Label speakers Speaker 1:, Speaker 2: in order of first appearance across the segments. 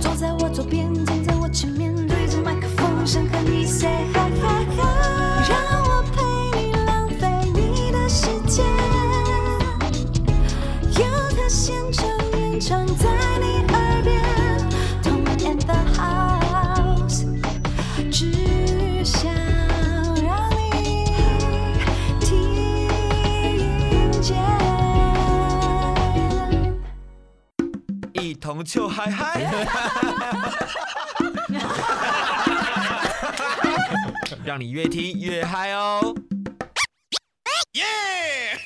Speaker 1: 坐在我左边，站在我前面，对着麦克风，想和你 say hi hi hi，让我陪你浪费你的时间。有他现场演唱在你耳边，同门 and the house，只想让你听见。
Speaker 2: 一同就 嗨嗨，让你越听越嗨哦！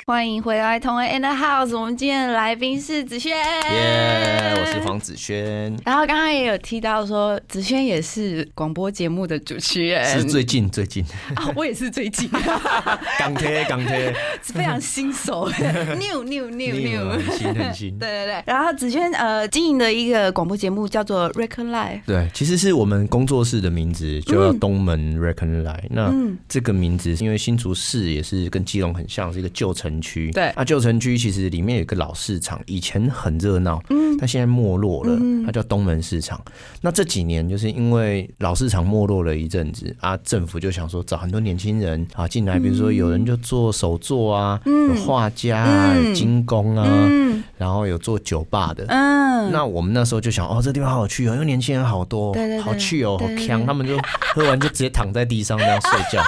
Speaker 3: 欢迎回来，同恩 and the house。我们今天的来宾是子轩，
Speaker 4: 耶！我是。黄子轩，
Speaker 3: 然后刚刚也有提到说，子轩也是广播节目的主持人，
Speaker 4: 是最近最近
Speaker 3: 啊，我也是 最近，
Speaker 4: 港铁港铁
Speaker 3: 非常新手，new new new
Speaker 4: 你
Speaker 3: new，
Speaker 4: 很新很新
Speaker 3: 对。对对。然后子轩呃经营的一个广播节目叫做 r e c o r Live，
Speaker 4: 对，其实是我们工作室的名字，就叫东门 Reckon 来、那这个名字，因为新竹市也是跟基隆很像，是一个旧城区。
Speaker 3: 对
Speaker 4: 那旧城区其实里面有一个老市场，以前很热闹，嗯，但现在没落了，它叫东门市场。那这几年就是因为老市场没落了一阵子啊，政府就想说找很多年轻人啊进来，比如说有人就做手作啊，有画家啊，有精工啊，然后有做酒吧的，
Speaker 3: 嗯，
Speaker 4: 那我们那时候就想，哦，这地方好有趣哦，因为年轻人好多，
Speaker 3: 对对对
Speaker 4: 好去哦，好
Speaker 3: 对对对
Speaker 4: 强，他们就喝完就直接躺在地上这样睡 觉，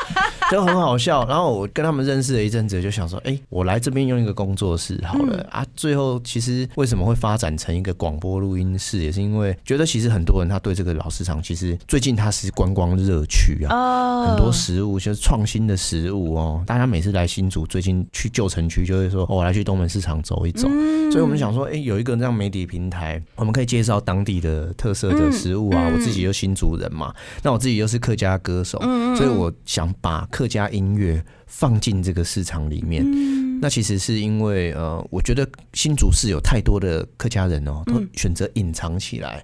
Speaker 4: 就很好笑。然后我跟他们认识了一阵子，就想说，哎、我来这边用一个工作室好了、
Speaker 3: 嗯
Speaker 4: 啊。最后其实为什么会发展成一个广播录音室，也是因为觉得其实很多人他对这个老市场，其实最近它是观光热区啊。
Speaker 3: 哦
Speaker 4: 很多食物就是创新的食物哦，大家每次来新竹，最近去旧城区就会说，哦，我来去东门市场走一走。所以我们想说，哎、有一个这样媒体平台，我们可以介绍当地的特色的食物啊。我自己又新竹人嘛，那我自己又是客家歌手，所以我想把客家音乐放进这个市场里面。
Speaker 3: 嗯
Speaker 4: 那其实是因为呃，我觉得新竹市有太多的客家人哦，
Speaker 3: 嗯
Speaker 4: 都选择隐藏起来。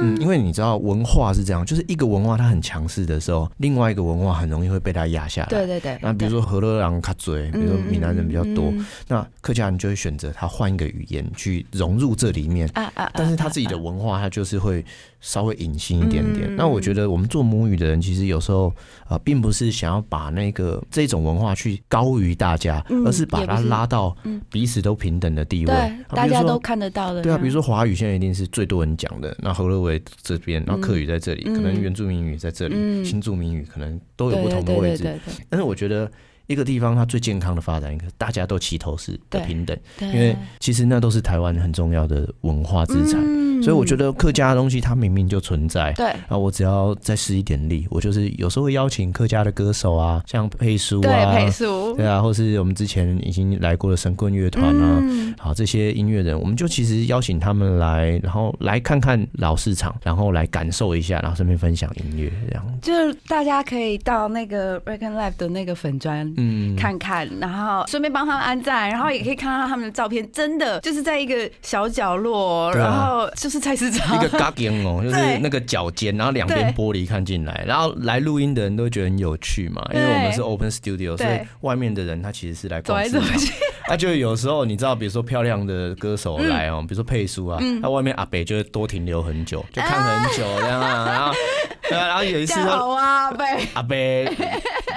Speaker 4: 嗯，因为你知道文化是这样，就是一个文化它很强势的时候，另外一个文化很容易会被它压下来。
Speaker 3: 对对对，
Speaker 4: 那比如说
Speaker 3: 对
Speaker 4: 河洛人卡嘴，比如说闽南人比较多，
Speaker 3: 嗯嗯
Speaker 4: 那客家人就会选择他换一个语言去融入这里面。
Speaker 3: 啊啊，啊
Speaker 4: 但是他自己的文化，他就是会稍微隐性一点点。
Speaker 3: 嗯
Speaker 4: 那我觉得我们做母语的人，其实有时候呃，并不是想要把那个这种文化去高于大家，
Speaker 3: 嗯
Speaker 4: 而是把
Speaker 3: 也不
Speaker 4: 它
Speaker 3: 是
Speaker 4: 拉到
Speaker 3: 嗯
Speaker 4: 彼此都平等的地位。
Speaker 3: 对
Speaker 4: 好
Speaker 3: 大
Speaker 4: 啊比如
Speaker 3: 家
Speaker 4: 说
Speaker 3: 都看得到的，
Speaker 4: 对啊，
Speaker 3: 嗯
Speaker 4: 比如说华语现在一定是最多人讲的，那河洛维这边，然后客语在这里，
Speaker 3: 嗯
Speaker 4: 可能原住民语在这里，
Speaker 3: 嗯
Speaker 4: 新住民语可能都有
Speaker 3: 对
Speaker 4: 不
Speaker 3: 对
Speaker 4: 同的
Speaker 3: 对
Speaker 4: 位
Speaker 3: 对
Speaker 4: 置。
Speaker 3: 对对
Speaker 4: 但是我觉得一个地方它最健康的发展，大家都齐头是的
Speaker 3: 对
Speaker 4: 平等，
Speaker 3: 对，
Speaker 4: 因为其实那都是台湾很重要的文化资产。
Speaker 3: 嗯
Speaker 4: 所以我觉得客家的东西它明明就存在。
Speaker 3: 对。
Speaker 4: 啊，我只要再施一点力，我就是有时候会邀请客家的歌手啊，像佩舒啊，
Speaker 3: 对，配速，
Speaker 4: 对啊，或是我们之前已经来过的神棍乐团啊，
Speaker 3: 嗯
Speaker 4: 好，这些音乐人，我们就其实邀请他们来，然后来看看老市场，然后来感受一下，然后顺便分享音乐这样。
Speaker 3: 就是大家可以到那个 Reckon Live 的那个粉砖。
Speaker 4: 嗯，
Speaker 3: 看看，然后顺便帮他们按赞，然后也可以看到他们的照片，真的就是在一个小角落，
Speaker 4: 对啊
Speaker 3: 然后就是菜市场
Speaker 4: 一，个 g a g i n 哦，就是
Speaker 3: 对
Speaker 4: 那个脚尖，然后两边玻璃看进来，然后来录音的人都会觉得很有趣嘛，因为
Speaker 3: 对
Speaker 4: 我们是 open studio，所以
Speaker 3: 对
Speaker 4: 外面的人他其实是来
Speaker 3: 走
Speaker 4: 逛
Speaker 3: 来
Speaker 4: 市
Speaker 3: 走
Speaker 4: 场。
Speaker 3: 去，
Speaker 4: 啊，就有时候你知道，比如说漂亮的歌手来哦，比如说佩舒啊，那、外面阿北就会多停留很久，就看很久这样啊，然后对啊，然后有一次
Speaker 3: 这
Speaker 4: 他
Speaker 3: 样好啊，呗。
Speaker 4: 阿贝，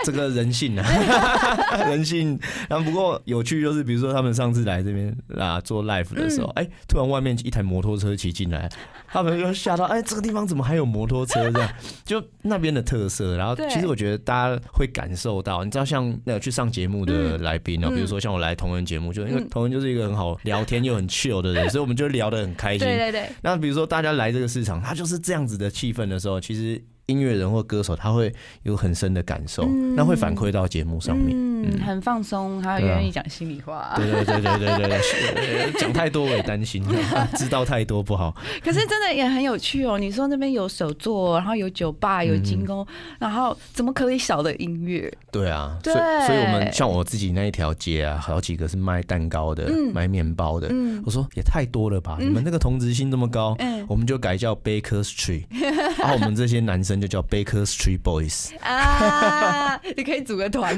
Speaker 4: 这个人性啊， 人性。然后不过有趣就是，比如说他们上次来这边啊做 live 的时候，
Speaker 3: 嗯
Speaker 4: 哎、突然外面一台摩托车骑进来，他们就吓到，哎，这个地方怎么还有摩托车？ 这样就那边的特色。然后
Speaker 3: 对
Speaker 4: 其实我觉得大家会感受到，你知道像那个去上节目的来宾
Speaker 3: 嗯
Speaker 4: 哦、比如说像我来同人节目，就因为同人就是一个很好聊天又很 chill 的人，所以我们就聊得很开心。
Speaker 3: 对对对，
Speaker 4: 那比如说大家来这个市场，它就是这样子的气氛的时候，其实音乐人或歌手，他会有很深的感受，
Speaker 3: 嗯
Speaker 4: 那会反馈到节目上面。
Speaker 3: 嗯，
Speaker 4: 嗯
Speaker 3: 很放松，还有
Speaker 4: 对啊
Speaker 3: 愿意讲心里话。
Speaker 4: 对对对对对对对是，讲太多我也担心，知道太多不好。
Speaker 3: 可是真的也很有趣哦。你说那边有手作，然后有酒吧，有精工，然后怎么可以少的音乐？
Speaker 4: 对啊，所以
Speaker 3: 对
Speaker 4: 所以我们像我自己那一条街啊，好几个是卖蛋糕的，
Speaker 3: 嗯
Speaker 4: 卖面包的。
Speaker 3: 嗯
Speaker 4: 我说也太多了吧，你们那个同质性这么高，
Speaker 3: 嗯
Speaker 4: 我们就改叫 Baker Street，然后我们这些男生就叫 Baker Street Boys。
Speaker 3: 啊，你可以组个团。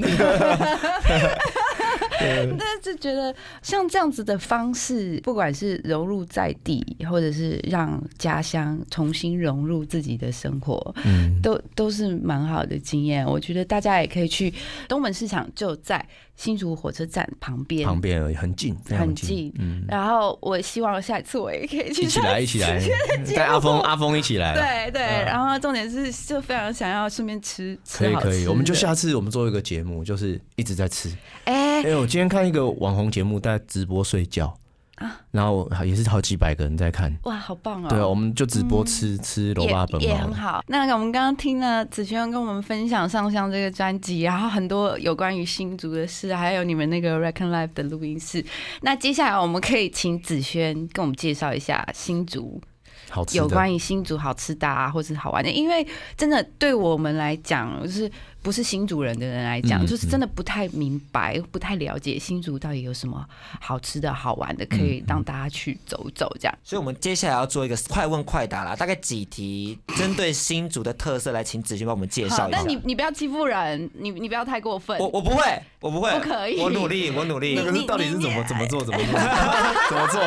Speaker 3: 那就觉得像这样子的方式，不管是融入在地，或者是让家乡重新融入自己的生活，
Speaker 4: 嗯，
Speaker 3: 都都是蛮好的经验。我觉得大家也可以去东门市场，就在新竹火车站旁边。
Speaker 4: 旁边而已，很近，非常
Speaker 3: 很
Speaker 4: 近
Speaker 3: 近。
Speaker 4: 嗯，
Speaker 3: 然后我希望下一次我也可以去
Speaker 4: 一起来，一起来， 带阿 峰阿峰一起来。
Speaker 3: 对对，
Speaker 4: 嗯
Speaker 3: 然后重点是就非常想要顺便吃
Speaker 4: 可
Speaker 3: 吃
Speaker 4: 以
Speaker 3: 好吃的，
Speaker 4: 可以，我们就下次我们做一个节目，就是一直在吃。
Speaker 3: 哎、
Speaker 4: 哎、我今天看一个网红节目，在直播睡觉啊，然后也是好几百个人在看。
Speaker 3: 哇，好棒哦！嗯
Speaker 4: 对啊，我们就直播吃、吃罗巴本
Speaker 3: 也也
Speaker 4: 好
Speaker 3: 很
Speaker 4: 了。
Speaker 3: 好。那我们刚刚听了子轩跟我们分享《上香》这个专辑，然后很多有关于新竹的事，还有你们那个 Reckon Live 的录音室。那接下来我们可以请子轩跟我们介绍一下新竹
Speaker 4: 好吃的
Speaker 3: 有关于新竹好吃的啊，或是好玩的，因为真的对我们来讲，就是不是新竹人的人来讲，
Speaker 4: 嗯
Speaker 3: 就是真的不太明白、不太了解新竹到底有什么好吃的好玩的，
Speaker 4: 嗯
Speaker 3: 可以让大家去走走这样。
Speaker 2: 所以我们接下来要做一个快问快答啦，大概几题针对新竹的特色来，请子君帮我们介
Speaker 3: 好
Speaker 2: 绍，一下
Speaker 3: 但。你你不要欺负人，你你不要太过分。
Speaker 2: 我我不会，我不会，
Speaker 3: 不可以
Speaker 2: 我努力，我努力。
Speaker 4: 那个是到底是怎么怎么做怎 么做 怎么做？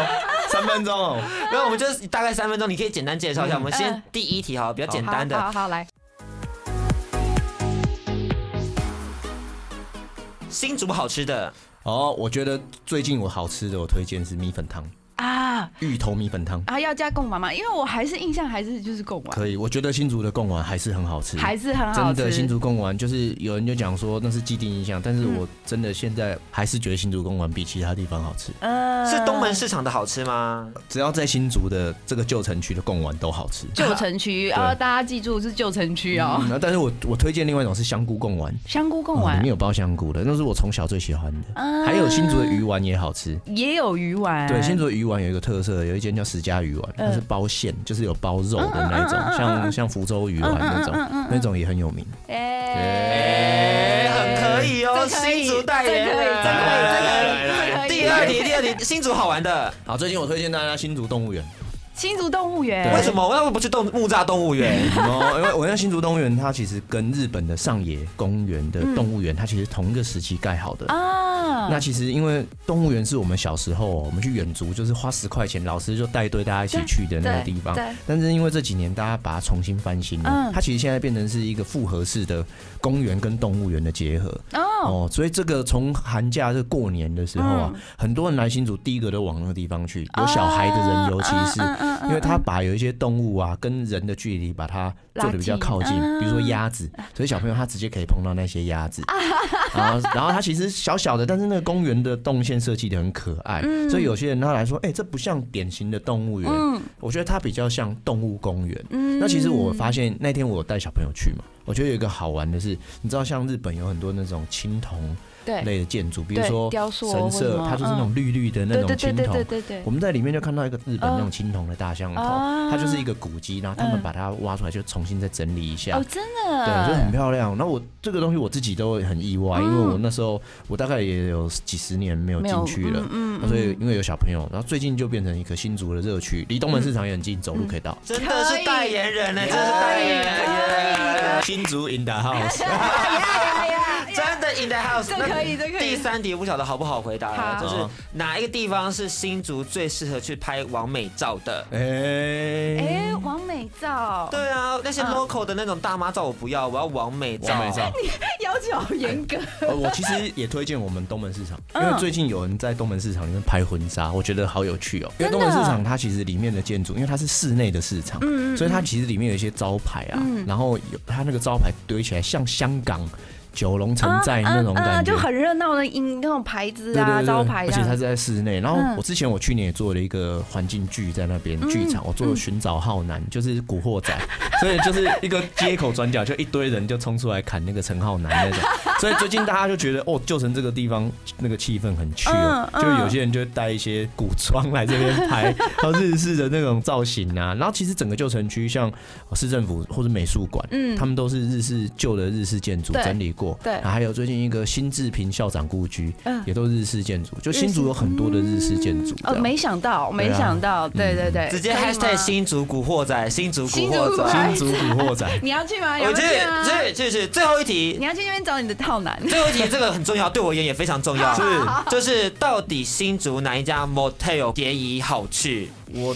Speaker 4: 三分钟哦，
Speaker 2: 那我们就是大概三分钟，你可以简单介绍一下。
Speaker 4: 嗯
Speaker 2: 我们先第一题好，比较简单
Speaker 3: 好好
Speaker 2: 的。
Speaker 3: 好来，
Speaker 2: 新竹好吃的，
Speaker 4: 哦，我觉得最近我好吃的，我推荐是米粉汤，
Speaker 3: 啊
Speaker 4: 芋头米粉汤
Speaker 3: 啊，要加贡丸嘛，因为我还是印象还是就是贡丸，
Speaker 4: 可以。我觉得新竹的贡丸还是很好吃，
Speaker 3: 还是很好
Speaker 4: 真
Speaker 3: 吃。
Speaker 4: 的新竹贡丸就是有人就讲说那是既定印象，但是
Speaker 3: 嗯
Speaker 4: 我真的现在还是觉得新竹贡丸比其他地方好吃。
Speaker 3: 呃
Speaker 2: 是东门市场的好吃吗？
Speaker 4: 只要在新竹的这个旧城区的贡丸都好吃。
Speaker 3: 旧 城区，啊，大家记住是旧城区哦
Speaker 4: 嗯。那但是我我推荐另外一种是香菇贡丸，
Speaker 3: 香菇贡
Speaker 4: 哦里
Speaker 3: 丸
Speaker 4: 面有包香菇的，那是我从小最喜欢的。
Speaker 3: 啊
Speaker 4: 还有新竹的鱼丸也好吃。
Speaker 3: 也有鱼丸，
Speaker 4: 对，新竹的鱼丸有一个特色，有一间叫石家鱼
Speaker 3: 嗯
Speaker 4: 丸，它是包馅，就是有包肉的那一种，像像福州鱼丸那
Speaker 3: 嗯
Speaker 4: 种，那种也很有名。
Speaker 3: 哎，
Speaker 2: 很可以哦，
Speaker 3: 这可以
Speaker 2: 新竹代言
Speaker 3: 这可以这可以
Speaker 2: 人。
Speaker 3: 这可以这可以
Speaker 2: 第二题，第二题，新竹好玩的，
Speaker 4: 好，最近我推荐大家新竹动物园，
Speaker 3: 新竹动物园
Speaker 4: 对
Speaker 2: 为什么？为什么不去动木栅动物园？
Speaker 4: 哦，因为我那新竹动物园，它其实跟日本的上野公园的动物园，它其实同一个时期盖好的。
Speaker 3: 啊？
Speaker 4: 那其实因为动物园是我们小时候哦、我们去远足就是花十块钱，老师就带队大家一起去的那个地方
Speaker 3: 对对。
Speaker 4: 但是因为这几年大家把它重新翻新了，
Speaker 3: 嗯
Speaker 4: 它其实现在变成是一个复合式的公园跟动物园的结合。
Speaker 3: 哦，嗯
Speaker 4: 哦，所以这个从寒假这过年的时候啊，很多人来新竹，第一个都往那个地方去，
Speaker 3: 啊
Speaker 4: 有小孩的人
Speaker 3: 嗯
Speaker 4: 尤其是，因为他把有一些动物啊跟人的距离把它做的比较靠近
Speaker 3: 拉近，
Speaker 4: 比如说鸭子，所以小朋友他直接可以碰到那些鸭子，然后然后它其实小小的，但是那个公园的动线设计的很可爱，所以有些人他来说，哎，这不像典型的动物园，我觉得它比较像动物公园。那其实我发现那天我有带小朋友去嘛，我觉得有一个好玩的是，你知道像日本有很多那种青铜
Speaker 3: 对，
Speaker 4: 类的建筑，比如
Speaker 3: 对
Speaker 4: 说
Speaker 3: 雕塑啊
Speaker 4: 神
Speaker 3: 或什
Speaker 4: 社，
Speaker 3: 么
Speaker 4: 它就是那种绿绿的那
Speaker 3: 对
Speaker 4: 种
Speaker 3: 对对
Speaker 4: 青
Speaker 3: 对对
Speaker 4: 铜。
Speaker 3: 对对
Speaker 4: 我，们在里面就看到一个日本那种青铜的大象头，
Speaker 3: 哦
Speaker 4: 它就是一个古迹，然后他们把它挖出来就重新再整理一下。
Speaker 3: 哦，真
Speaker 4: 对，就很
Speaker 3: 的，嗯
Speaker 4: 漂亮。那我这个东西我自己都很意外，因为我那时候我大概也有几十年没有
Speaker 3: 没
Speaker 4: 进
Speaker 3: 有
Speaker 4: 去了，
Speaker 3: 嗯
Speaker 4: 那所以因为有小朋友，然后最近就变成一个新竹的热区，离东门市场也很近，走路可以到。
Speaker 2: 真的是代言人呢，真的是代言人
Speaker 3: 嗯
Speaker 2: 耶。
Speaker 4: 新竹 in the house，
Speaker 3: 哎
Speaker 2: 真的 in the house，
Speaker 3: 这
Speaker 2: 那
Speaker 3: 可以这可以
Speaker 2: 第三题不晓得好不好回答了，
Speaker 3: 好
Speaker 2: 就是哪一个地方是新竹最适合去拍完美照的？
Speaker 4: 哎，
Speaker 3: 哎，王美照，
Speaker 2: 对啊，那些 local 的那种大妈照我不要，我要完美照。
Speaker 4: 完美照。
Speaker 3: 哎要求好严格，
Speaker 4: 呃，我其实也推荐我们东门市场，因
Speaker 3: 嗯
Speaker 4: 为最近有人在东门市场里面拍婚纱，我觉得好有趣哦。因为
Speaker 3: 真的
Speaker 4: 东门市场它其实里面的建筑，因为它是室内的市场，
Speaker 3: 嗯
Speaker 4: 所以它其实里面有一些招牌啊，然后有它那个招牌堆起来像香港。九龙城寨那种
Speaker 3: 啊啊啊
Speaker 4: 感觉，
Speaker 3: 就很热闹的音，那种牌子
Speaker 4: 对对
Speaker 3: 啊、
Speaker 4: 对
Speaker 3: 招牌
Speaker 4: 而
Speaker 3: 这
Speaker 4: 且它
Speaker 3: 样
Speaker 4: 是在室内。然后
Speaker 3: 嗯
Speaker 4: 我之前我去年也做了一个环境剧在那边剧
Speaker 3: 嗯
Speaker 4: 场，我做了《寻找浩南》，就是《古惑仔》，所以就是一个街口转角就一堆人就冲出来砍那个陈浩南那种。 所以最近大家就觉得哦，旧城这个地方那个气氛很 chill，、
Speaker 3: 嗯
Speaker 4: 就有些人就带一些古装来这边拍，然后日式的那种造型啊。然后其实整个旧城区像市政府或者美术馆，
Speaker 3: 嗯
Speaker 4: 他们都是日式旧的日式建筑
Speaker 3: 对
Speaker 4: 整理过，
Speaker 3: 对
Speaker 4: 然后还有最近一个新志平校长故居，
Speaker 3: 嗯
Speaker 4: 也都是日式建筑，就
Speaker 3: 日
Speaker 4: 新
Speaker 3: 式
Speaker 4: 竹有很多的日式建筑。
Speaker 3: 哦，没想到，没想到，
Speaker 4: 啊
Speaker 3: 对对
Speaker 4: 嗯
Speaker 3: 对，
Speaker 2: 直接
Speaker 3: 可以吗
Speaker 2: hashtag 新竹古惑仔，新竹古
Speaker 3: 新竹
Speaker 2: 惑
Speaker 3: 古
Speaker 2: 仔
Speaker 3: 惑。，
Speaker 4: 新竹古惑仔
Speaker 3: 你要去吗？你
Speaker 2: 我
Speaker 3: 要
Speaker 2: 去
Speaker 3: 去吗？
Speaker 2: 去去去，最后一题
Speaker 3: 你，要去那边找你的套男。
Speaker 2: 最后一题这个很重要，对我而言也非常重要，
Speaker 4: 是
Speaker 2: 就是到底新竹哪一家 motel 便宜好去？
Speaker 4: 我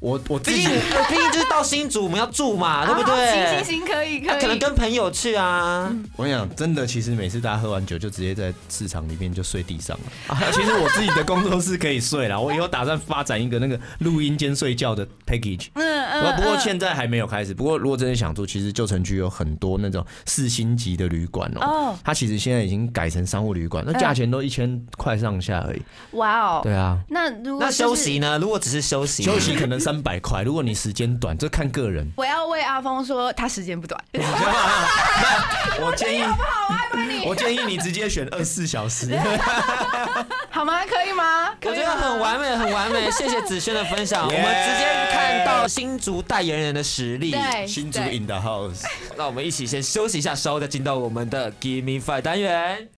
Speaker 4: 我我自
Speaker 2: 毕
Speaker 4: 己
Speaker 2: 竟毕竟就是到新竹我们要住嘛， 对不
Speaker 3: 好 行行
Speaker 2: 对？
Speaker 3: 行，可以可
Speaker 2: 那可能
Speaker 3: 以。
Speaker 2: 跟朋友去啊，
Speaker 4: 我跟你讲，真的，其实每次大家喝完酒就直接在市场里面就睡地 上了。啊、其实我自己的工作室可以睡啦，我以后打算发展一个那个录音间睡觉的 package。
Speaker 3: 嗯
Speaker 4: 不过不过现在还没有开始。不过如果真的想住，其实旧城区有很多那种四星级的旅馆哦、
Speaker 3: 哦
Speaker 4: 它其实现在已经改成商务旅馆，那价钱都一千块上下而已。
Speaker 3: 哇哦，
Speaker 4: 对啊，
Speaker 3: 那如果
Speaker 2: 那休
Speaker 3: 就是。
Speaker 2: 息呢？如果只是休息，
Speaker 4: 休息可能三百块，如果你时间短，这看个人
Speaker 3: 我要为阿峰说，他时间不短。
Speaker 4: 那我建议，我建议你直接选二十四小时。
Speaker 3: 好吗？可以吗？
Speaker 2: 我
Speaker 3: 可以
Speaker 2: 觉得
Speaker 3: 吗
Speaker 2: 很完美，很完
Speaker 3: 啊
Speaker 2: 美。谢谢子轩的分享，我
Speaker 4: Yeah
Speaker 2: 们直接看到新竹代言人的实力。
Speaker 3: 对
Speaker 4: 新竹
Speaker 3: 对
Speaker 4: in the house。
Speaker 2: 那我们一起先休息一下，稍后再进到我们的 Give Me Five 单元。